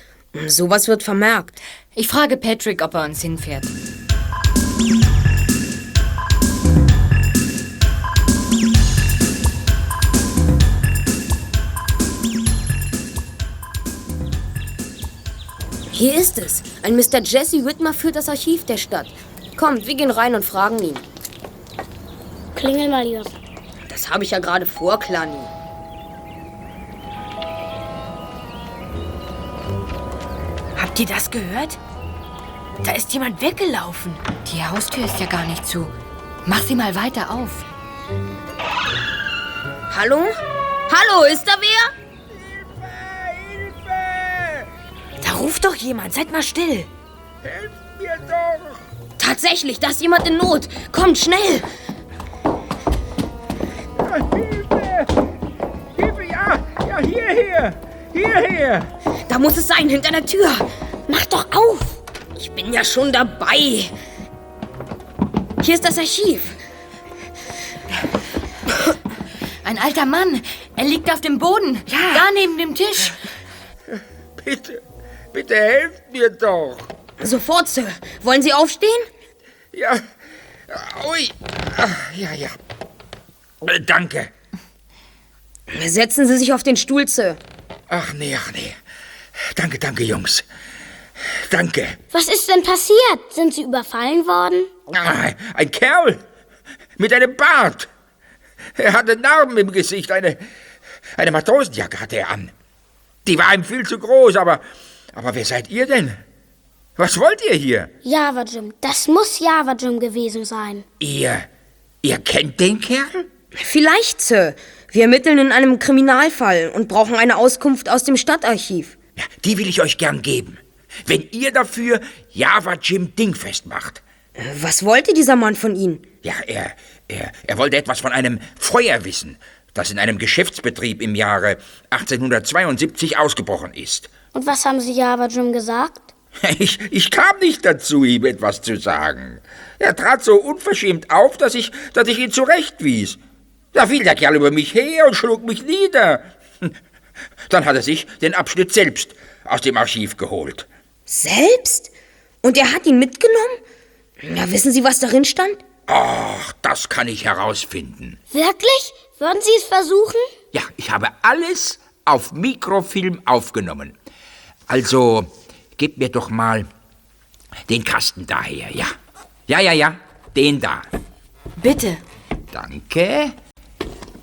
Sowas wird vermerkt.
Ich frage Patrick, ob er uns hinfährt.
Hier ist es. Ein Mr. Jesse Whitmer führt das Archiv der Stadt. Kommt, wir gehen rein und fragen ihn.
Klingel mal, Just.
Das habe ich ja gerade vor, Klani.
Habt ihr das gehört? Da ist jemand weggelaufen.
Die Haustür ist ja gar nicht zu. Mach sie mal weiter auf.
Hallo? Hallo, ist da wer?
Da ruft doch jemand. Seid mal still.
Tatsächlich, da ist jemand in Not. Kommt schnell!
Hilfe, ja! Ja, hierher! Hierher!
Da muss es sein, hinter der Tür. Mach doch auf! Ich bin ja schon dabei. Hier ist das Archiv.
Ein alter Mann. Er liegt auf dem Boden. Ja. Da neben dem Tisch.
Bitte, bitte helft mir doch!
Sofort, Sir. Wollen Sie aufstehen?
Ja. Ui. Ach, ja, ja. Äh, Danke.
Setzen Sie sich auf den Stuhl, Sir.
Ach nee, ach nee. Danke, danke, Jungs. Danke.
Was ist denn passiert? Sind sie überfallen worden?
Ah, ein Kerl mit einem Bart. Er hatte Narben im Gesicht. Eine, eine Matrosenjacke hatte er an. Die war ihm viel zu groß, aber, aber wer seid ihr denn? Was wollt ihr hier?
Java Jim. Das muss Java Jim gewesen sein.
Ihr, ihr kennt den Kerl?
Vielleicht, Sir. Wir ermitteln in einem Kriminalfall und brauchen eine Auskunft aus dem Stadtarchiv.
Ja, die will ich euch gern geben. Wenn ihr dafür Java Jim dingfest macht.
Was wollte dieser Mann von Ihnen?
Ja, er, er, er wollte etwas von einem Feuer wissen, das in einem Geschäftsbetrieb im Jahre 1872 ausgebrochen ist.
Und was haben sie Java Jim gesagt?
Ich, ich kam nicht dazu, ihm etwas zu sagen. Er trat so unverschämt auf, dass ich, dass ich ihn zurechtwies. Da fiel der Kerl über mich her und schlug mich nieder. Dann hat er sich den Abschnitt selbst aus dem Archiv geholt.
Selbst? Und er hat ihn mitgenommen? Na, wissen Sie, was darin stand?
Ach, das kann ich herausfinden.
Wirklich? Würden sie es versuchen?
Ja, ich habe alles auf Mikrofilm aufgenommen. Also, gib mir doch mal den Kasten daher, ja. Ja, ja, ja, den da.
Bitte.
Danke.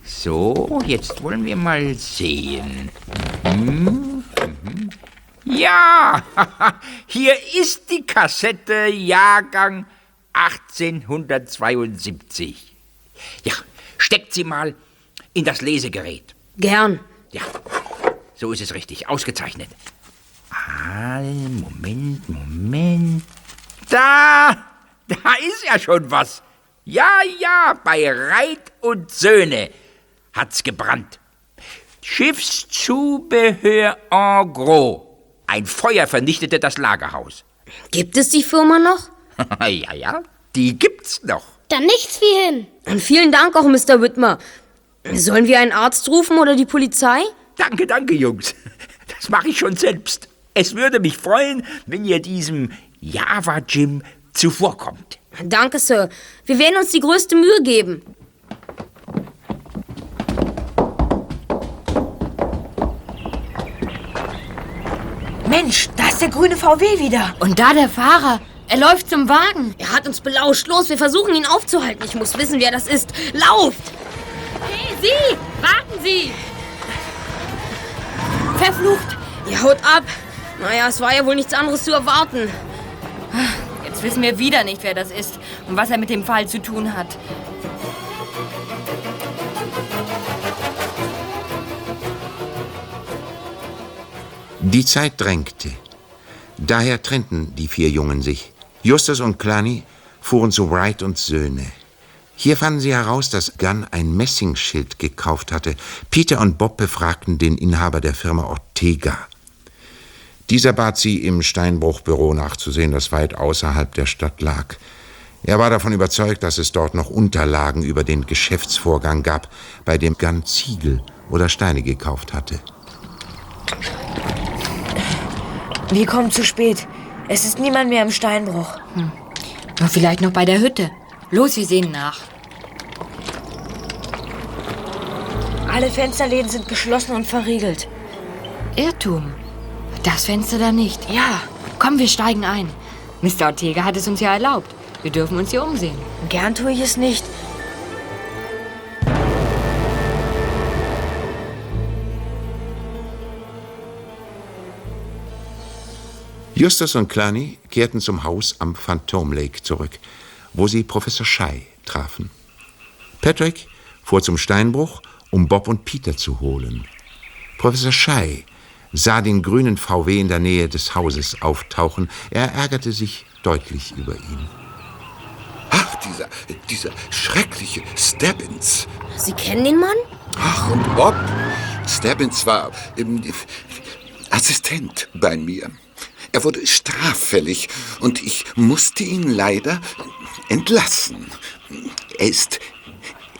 So, jetzt wollen wir mal sehen. Hm, mhm. Ja, hier ist die Kassette Jahrgang 1872. Ja, steckt sie mal in das Lesegerät.
Gern.
Ja, so ist es richtig. Ausgezeichnet. Ah, Moment, Moment. Da! Da ist ja schon was. Ja, ja, bei Reit und Söhne hat's gebrannt. Schiffszubehör en gros. Ein Feuer vernichtete das Lagerhaus.
Gibt es die Firma noch?
ja, ja, die gibt's noch.
Dann nichts wie hin. Und vielen Dank auch, Mr. Whitmer. Sollen wir einen Arzt rufen oder die Polizei?
Danke, danke, Jungs. Das mache ich schon selbst. Es würde mich freuen, wenn ihr diesem Java Jim zuvorkommt.
Danke, Sir. Wir werden uns die größte Mühe geben.
Mensch, da ist der grüne VW wieder.
Und da der Fahrer. Er läuft zum Wagen.
Er hat uns belauscht. Los, wir versuchen ihn aufzuhalten. Ich muss wissen, wer das ist. Lauft!
Hey, Sie! Warten Sie! Verflucht! Ihr haut ab. Naja, es war ja wohl nichts anderes zu erwarten.
Jetzt wissen wir wieder nicht, wer das ist und was er mit dem Fall zu tun hat.
Die Zeit drängte. Daher trennten die vier Jungen sich. Justus und Clani fuhren zu Wright und Söhne. Hier fanden sie heraus, dass Gunn ein Messingschild gekauft hatte. Peter und Bob befragten den Inhaber der Firma Ortega. Dieser bat sie, im Steinbruchbüro nachzusehen, das weit außerhalb der Stadt lag. Er war davon überzeugt, dass es dort noch Unterlagen über den Geschäftsvorgang gab, bei dem Gunn Ziegel oder Steine gekauft hatte.
Wir kommen zu spät. Es ist niemand mehr im Steinbruch.
Hm. Nur vielleicht noch bei der Hütte. Los, wir sehen nach.
Alle Fensterläden sind geschlossen und verriegelt.
Irrtum. Das Fenster da nicht. Ja. Komm, wir steigen ein. Mr. Ortega hat es uns ja erlaubt. Wir dürfen uns hier umsehen.
Gern tue ich es nicht.
Justus und Clani kehrten zum Haus am Phantom Lake zurück, wo sie Professor Schei trafen. Patrick fuhr zum Steinbruch, um Bob und Peter zu holen. Professor Schei sah den grünen VW in der Nähe des Hauses auftauchen. Er ärgerte sich deutlich über ihn.
Ach, dieser, dieser schreckliche Stebbins.
Sie kennen den Mann?
Ach, und Bob. Stebbins war ähm, Assistent bei mir. Er wurde straffällig und ich musste ihn leider entlassen. Er ist,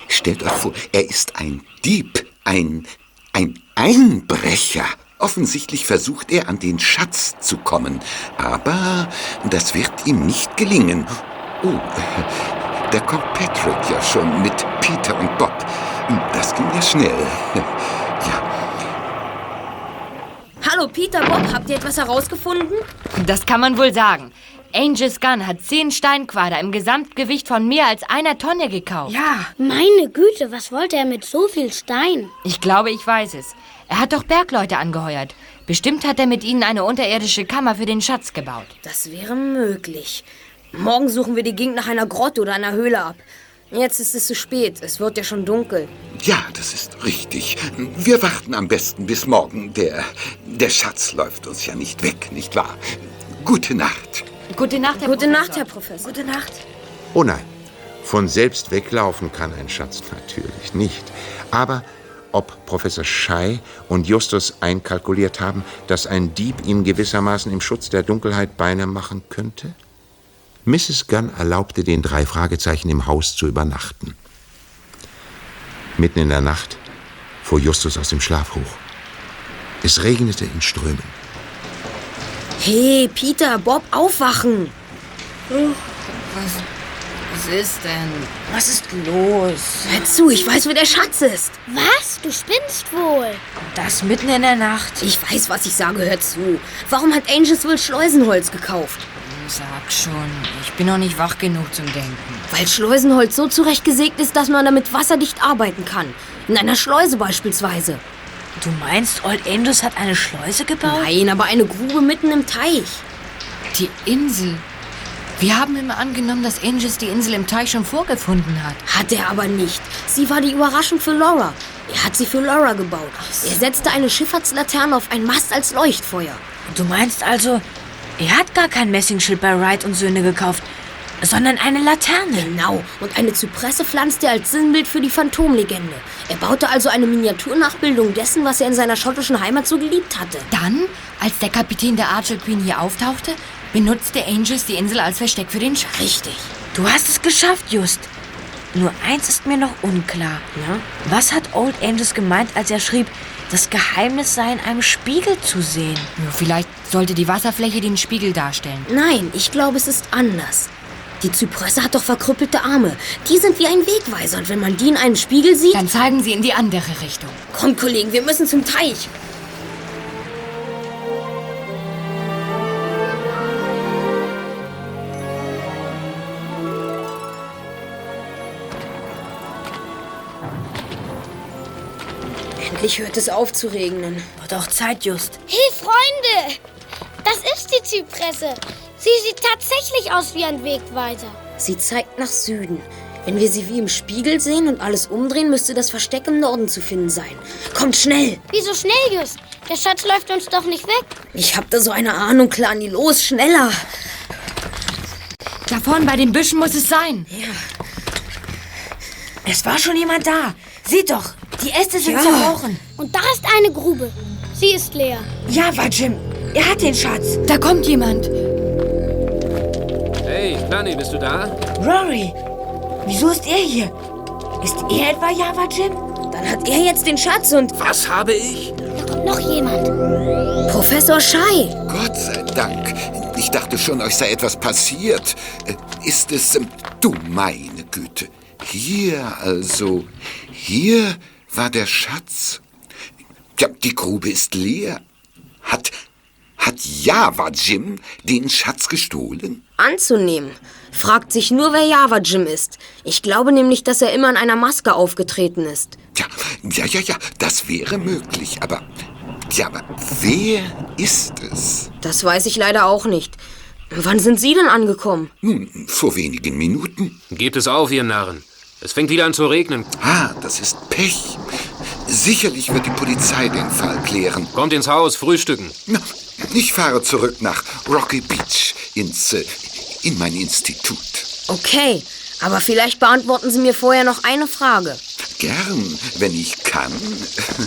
stellt euch vor, er ist ein Dieb, ein, ein Einbrecher. Offensichtlich versucht er, an den Schatz zu kommen, aber das wird ihm nicht gelingen. Oh, da kommt Patrick ja schon mit Peter und Bob. Das ging ja schnell.
Hallo, Peter, Bob, habt ihr etwas herausgefunden?
Das kann man wohl sagen. Angel's Gun hat zehn Steinquader im Gesamtgewicht von mehr als einer Tonne gekauft.
Ja. Meine Güte, was wollte er mit so viel Stein?
Ich glaube, ich weiß es. Er hat doch Bergleute angeheuert. Bestimmt hat er mit ihnen eine unterirdische Kammer für den Schatz gebaut.
Das wäre möglich. Morgen suchen wir die Gegend nach einer Grotte oder einer Höhle ab. Jetzt ist es zu spät. Es wird ja schon dunkel.
Ja, das ist richtig. Wir warten am besten bis morgen. Der, der Schatz läuft uns ja nicht weg, nicht wahr? Gute Nacht.
Gute Nacht, Herr
Gute
Professor.
Nacht, Herr Professor.
Gute Nacht.
Oh nein, von selbst weglaufen kann ein Schatz natürlich nicht. Aber ob Professor Schei und Justus einkalkuliert haben, dass ein Dieb ihm gewissermaßen im Schutz der Dunkelheit Beine machen könnte? Mrs. Gunn erlaubte den drei Fragezeichen im Haus zu übernachten. Mitten in der Nacht fuhr Justus aus dem Schlaf hoch. Es regnete in Strömen.
Hey, Peter, Bob, aufwachen!
Oh.
Was, was ist denn? Was ist los?
Hör zu, ich weiß, wo der Schatz ist.
Was? Du spinnst wohl.
Das mitten in der Nacht.
Ich weiß, was ich sage, hör zu. Warum hat Angelsville Schleusenholz gekauft?
Sag schon, ich bin noch nicht wach genug zum Denken.
Weil Schleusenholz so zurecht gesägt ist, dass man damit wasserdicht arbeiten kann. In einer Schleuse beispielsweise.
Du meinst, Old Angus hat eine Schleuse gebaut?
Nein, aber eine Grube mitten im Teich.
Die Insel. Wir haben immer angenommen, dass Angus die Insel im Teich schon vorgefunden hat.
Hat er aber nicht. Sie war die Überraschung für Laura. Er hat sie für Laura gebaut. Er setzte eine Schifffahrtslaterne auf einen Mast als Leuchtfeuer.
Du meinst also, er hat gar kein Messingschild bei Wright und Söhne gekauft. sondern eine Laterne.
Genau, und eine Zypresse pflanzte er als Sinnbild für die Phantomlegende. Er baute also eine Miniaturnachbildung dessen, was er in seiner schottischen Heimat so geliebt hatte.
Dann, als der Kapitän der Archer Queen hier auftauchte, benutzte Angels die Insel als Versteck für den Schatz.
Richtig. Du hast es geschafft, Just. Nur eins ist mir noch unklar. Was hat Old Angels gemeint, als er schrieb, das Geheimnis sei in einem Spiegel zu sehen?
Nur vielleicht sollte die Wasserfläche den Spiegel darstellen.
Nein, ich glaube, es ist anders. Die Zypresse hat doch verkrüppelte Arme. Die sind wie ein Wegweiser und wenn man die in einem Spiegel sieht... Dann
zeigen sie in die andere Richtung.
Komm, Kollegen, wir müssen zum Teich. Endlich hört es auf zu regnen.
Wird auch Zeit, Just.
Hey, Freunde! Das ist die Zypresse. Sie sieht tatsächlich aus wie ein Wegweiser.
Sie zeigt nach Süden. Wenn wir sie wie im Spiegel sehen und alles umdrehen, müsste das Versteck im Norden zu finden sein. Kommt schnell!
Wieso schnell, Just? Der Schatz läuft uns doch nicht weg.
Ich hab da so eine Ahnung, Klani. Los, schneller!
Da vorne bei den Büschen muss es sein.
Es war schon jemand da. Seht doch, die Äste sind
Ja.
zerbrochen.
Und da ist eine Grube. Sie ist leer.
Ja, war Jim. Er hat den Schatz.
Da kommt jemand.
Hey, Danny, bist du da?
Rory, wieso ist er hier? Ist er etwa Java Jim?
Dann hat er jetzt den Schatz und...
Was habe ich?
Noch jemand.
Professor Schei.
Gott sei Dank. Ich dachte schon, euch sei etwas passiert. Äh, Ist es... ähm, Du meine Güte. Hier also. Hier war der Schatz. Ja, die Grube ist leer. Hat... Hat Java Jim den Schatz gestohlen?
Anzunehmen. Fragt sich nur, wer Java Jim ist. Ich glaube nämlich, dass er immer in einer Maske aufgetreten ist.
Ja, ja, ja, ja, das wäre möglich, aber... Ja, aber wer ist es?
Das weiß ich leider auch nicht. Wann sind Sie denn angekommen?
Nun, vor wenigen Minuten.
Gebt es auf, ihr Narren. Es fängt wieder an zu regnen.
Ah, das ist Pech. Sicherlich wird die Polizei den Fall klären.
Kommt ins Haus, frühstücken.
Na, ich fahre zurück nach Rocky Beach ins, äh, in mein Institut.
Okay, aber vielleicht beantworten Sie mir vorher noch eine Frage.
Gern, wenn ich kann.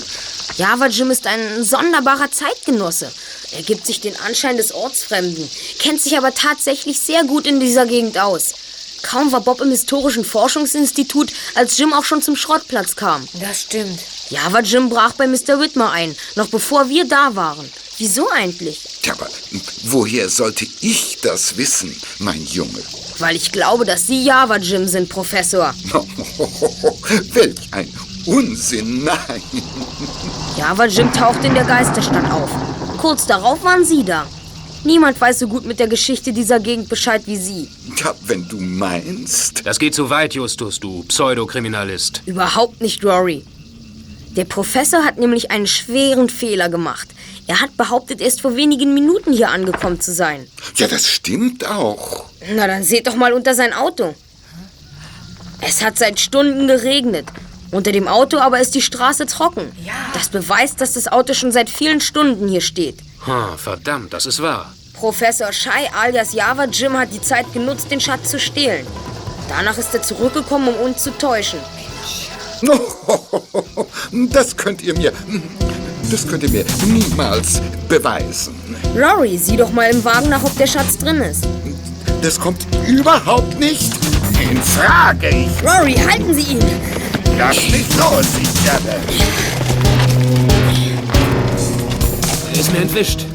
Java Jim ist ein sonderbarer Zeitgenosse. Er gibt sich den Anschein des Ortsfremden, kennt sich aber tatsächlich sehr gut in dieser Gegend aus. Kaum war Bob im historischen Forschungsinstitut, als Jim auch schon zum Schrottplatz kam.
Das stimmt.
Java Jim brach bei Mr. Whitmer ein, noch bevor wir da waren. Wieso eigentlich?
Tja, aber woher sollte ich das wissen, mein Junge?
Weil ich glaube, dass Sie Java Jim sind, Professor.
Welch ein Unsinn, nein.
Java Jim tauchte in der Geisterstadt auf. Kurz darauf waren Sie da. Niemand weiß so gut mit der Geschichte dieser Gegend Bescheid wie Sie.
Tja, wenn du meinst.
Das geht zu weit, Justus, du Pseudokriminalist.
Überhaupt nicht, Rory. Der Professor hat nämlich einen schweren Fehler gemacht. Er hat behauptet, erst vor wenigen Minuten hier angekommen zu sein.
Ja, das stimmt auch.
Na, dann seht doch mal unter sein Auto. Es hat seit Stunden geregnet. Unter dem Auto aber ist die Straße trocken. Das beweist, dass das Auto schon seit vielen Stunden hier steht.
Ha, verdammt, das ist wahr.
Professor Shai alias Java Jim hat die Zeit genutzt, den Schatz zu stehlen. Danach ist er zurückgekommen, um uns zu täuschen.
Das könnt ihr mir. Das könnt ihr mir niemals beweisen.
Rory, sieh doch mal im Wagen nach, ob der Schatz drin ist.
Das kommt überhaupt nicht in Frage. Ich
Rory, halt. halten Sie ihn!
lass mich los, ich werde.
Er ist mir entwischt.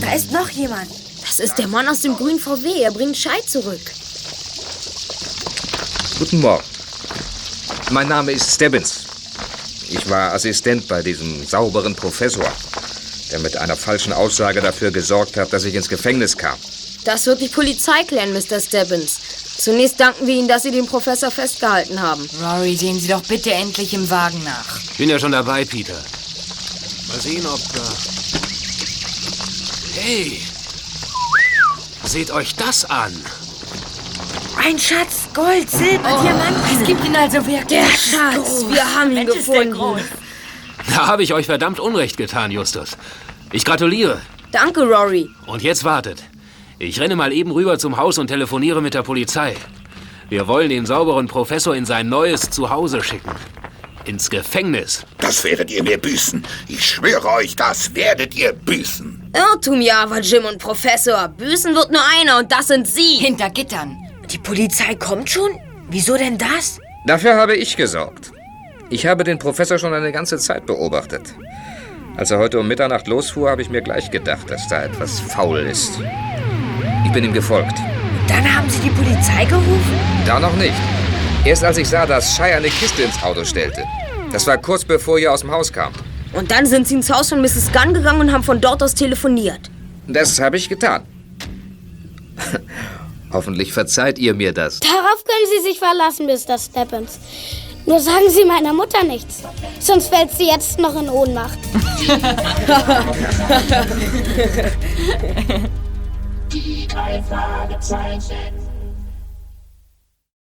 Da ist noch jemand. Das ist der Mann aus dem grünen VW. Er bringt Schei zurück.
Guten Morgen. Mein Name ist Stebbins. Ich war Assistent bei diesem sauberen Professor, der mit einer falschen Aussage dafür gesorgt hat, dass ich ins Gefängnis kam.
Das wird die Polizei klären, Mr. Stebbins. Zunächst danken wir Ihnen, dass Sie den Professor festgehalten haben.
Rory, sehen Sie doch bitte endlich im Wagen nach.
Bin ja schon dabei, Peter. Mal sehen, ob äh, da. Hey! Seht euch das an!
Ein Schatz, Gold, Silber,
Oh,
Diamanten.
es gibt ihn also wirklich.
Der
Das ist
Schatz,
groß.
wir haben ihn gefunden.
Da habe ich euch verdammt Unrecht getan, Justus. Ich gratuliere.
Danke, Rory.
Und jetzt wartet. Ich renne mal eben rüber zum Haus und telefoniere mit der Polizei. Wir wollen den sauberen Professor in sein neues Zuhause schicken. Ins Gefängnis.
Das werdet ihr mir büßen. Ich schwöre euch, das werdet ihr büßen.
Irrtum, Java, Jim und Professor. Büßen wird nur einer und das sind Sie.
Hinter Gittern. Die Polizei kommt schon? Wieso denn das?
Dafür habe ich gesorgt. Ich habe den Professor schon eine ganze Zeit beobachtet. Als er heute um Mitternacht losfuhr, habe ich mir gleich gedacht, dass da etwas faul ist. Ich bin ihm gefolgt.
Dann haben sie die Polizei gerufen?
Da noch nicht. Erst als ich sah, dass Shai eine Kiste ins Auto stellte. Das war kurz bevor ihr aus dem Haus kam.
Und dann sind Sie ins Haus von Mrs. Gunn gegangen und haben von dort aus telefoniert.
Das habe ich getan. Hoffentlich verzeiht ihr mir das.
Darauf können Sie sich verlassen, Mr. Steppens. Nur sagen Sie meiner Mutter nichts. Sonst fällt sie jetzt noch in Ohnmacht.
Die drei Fragezeichen.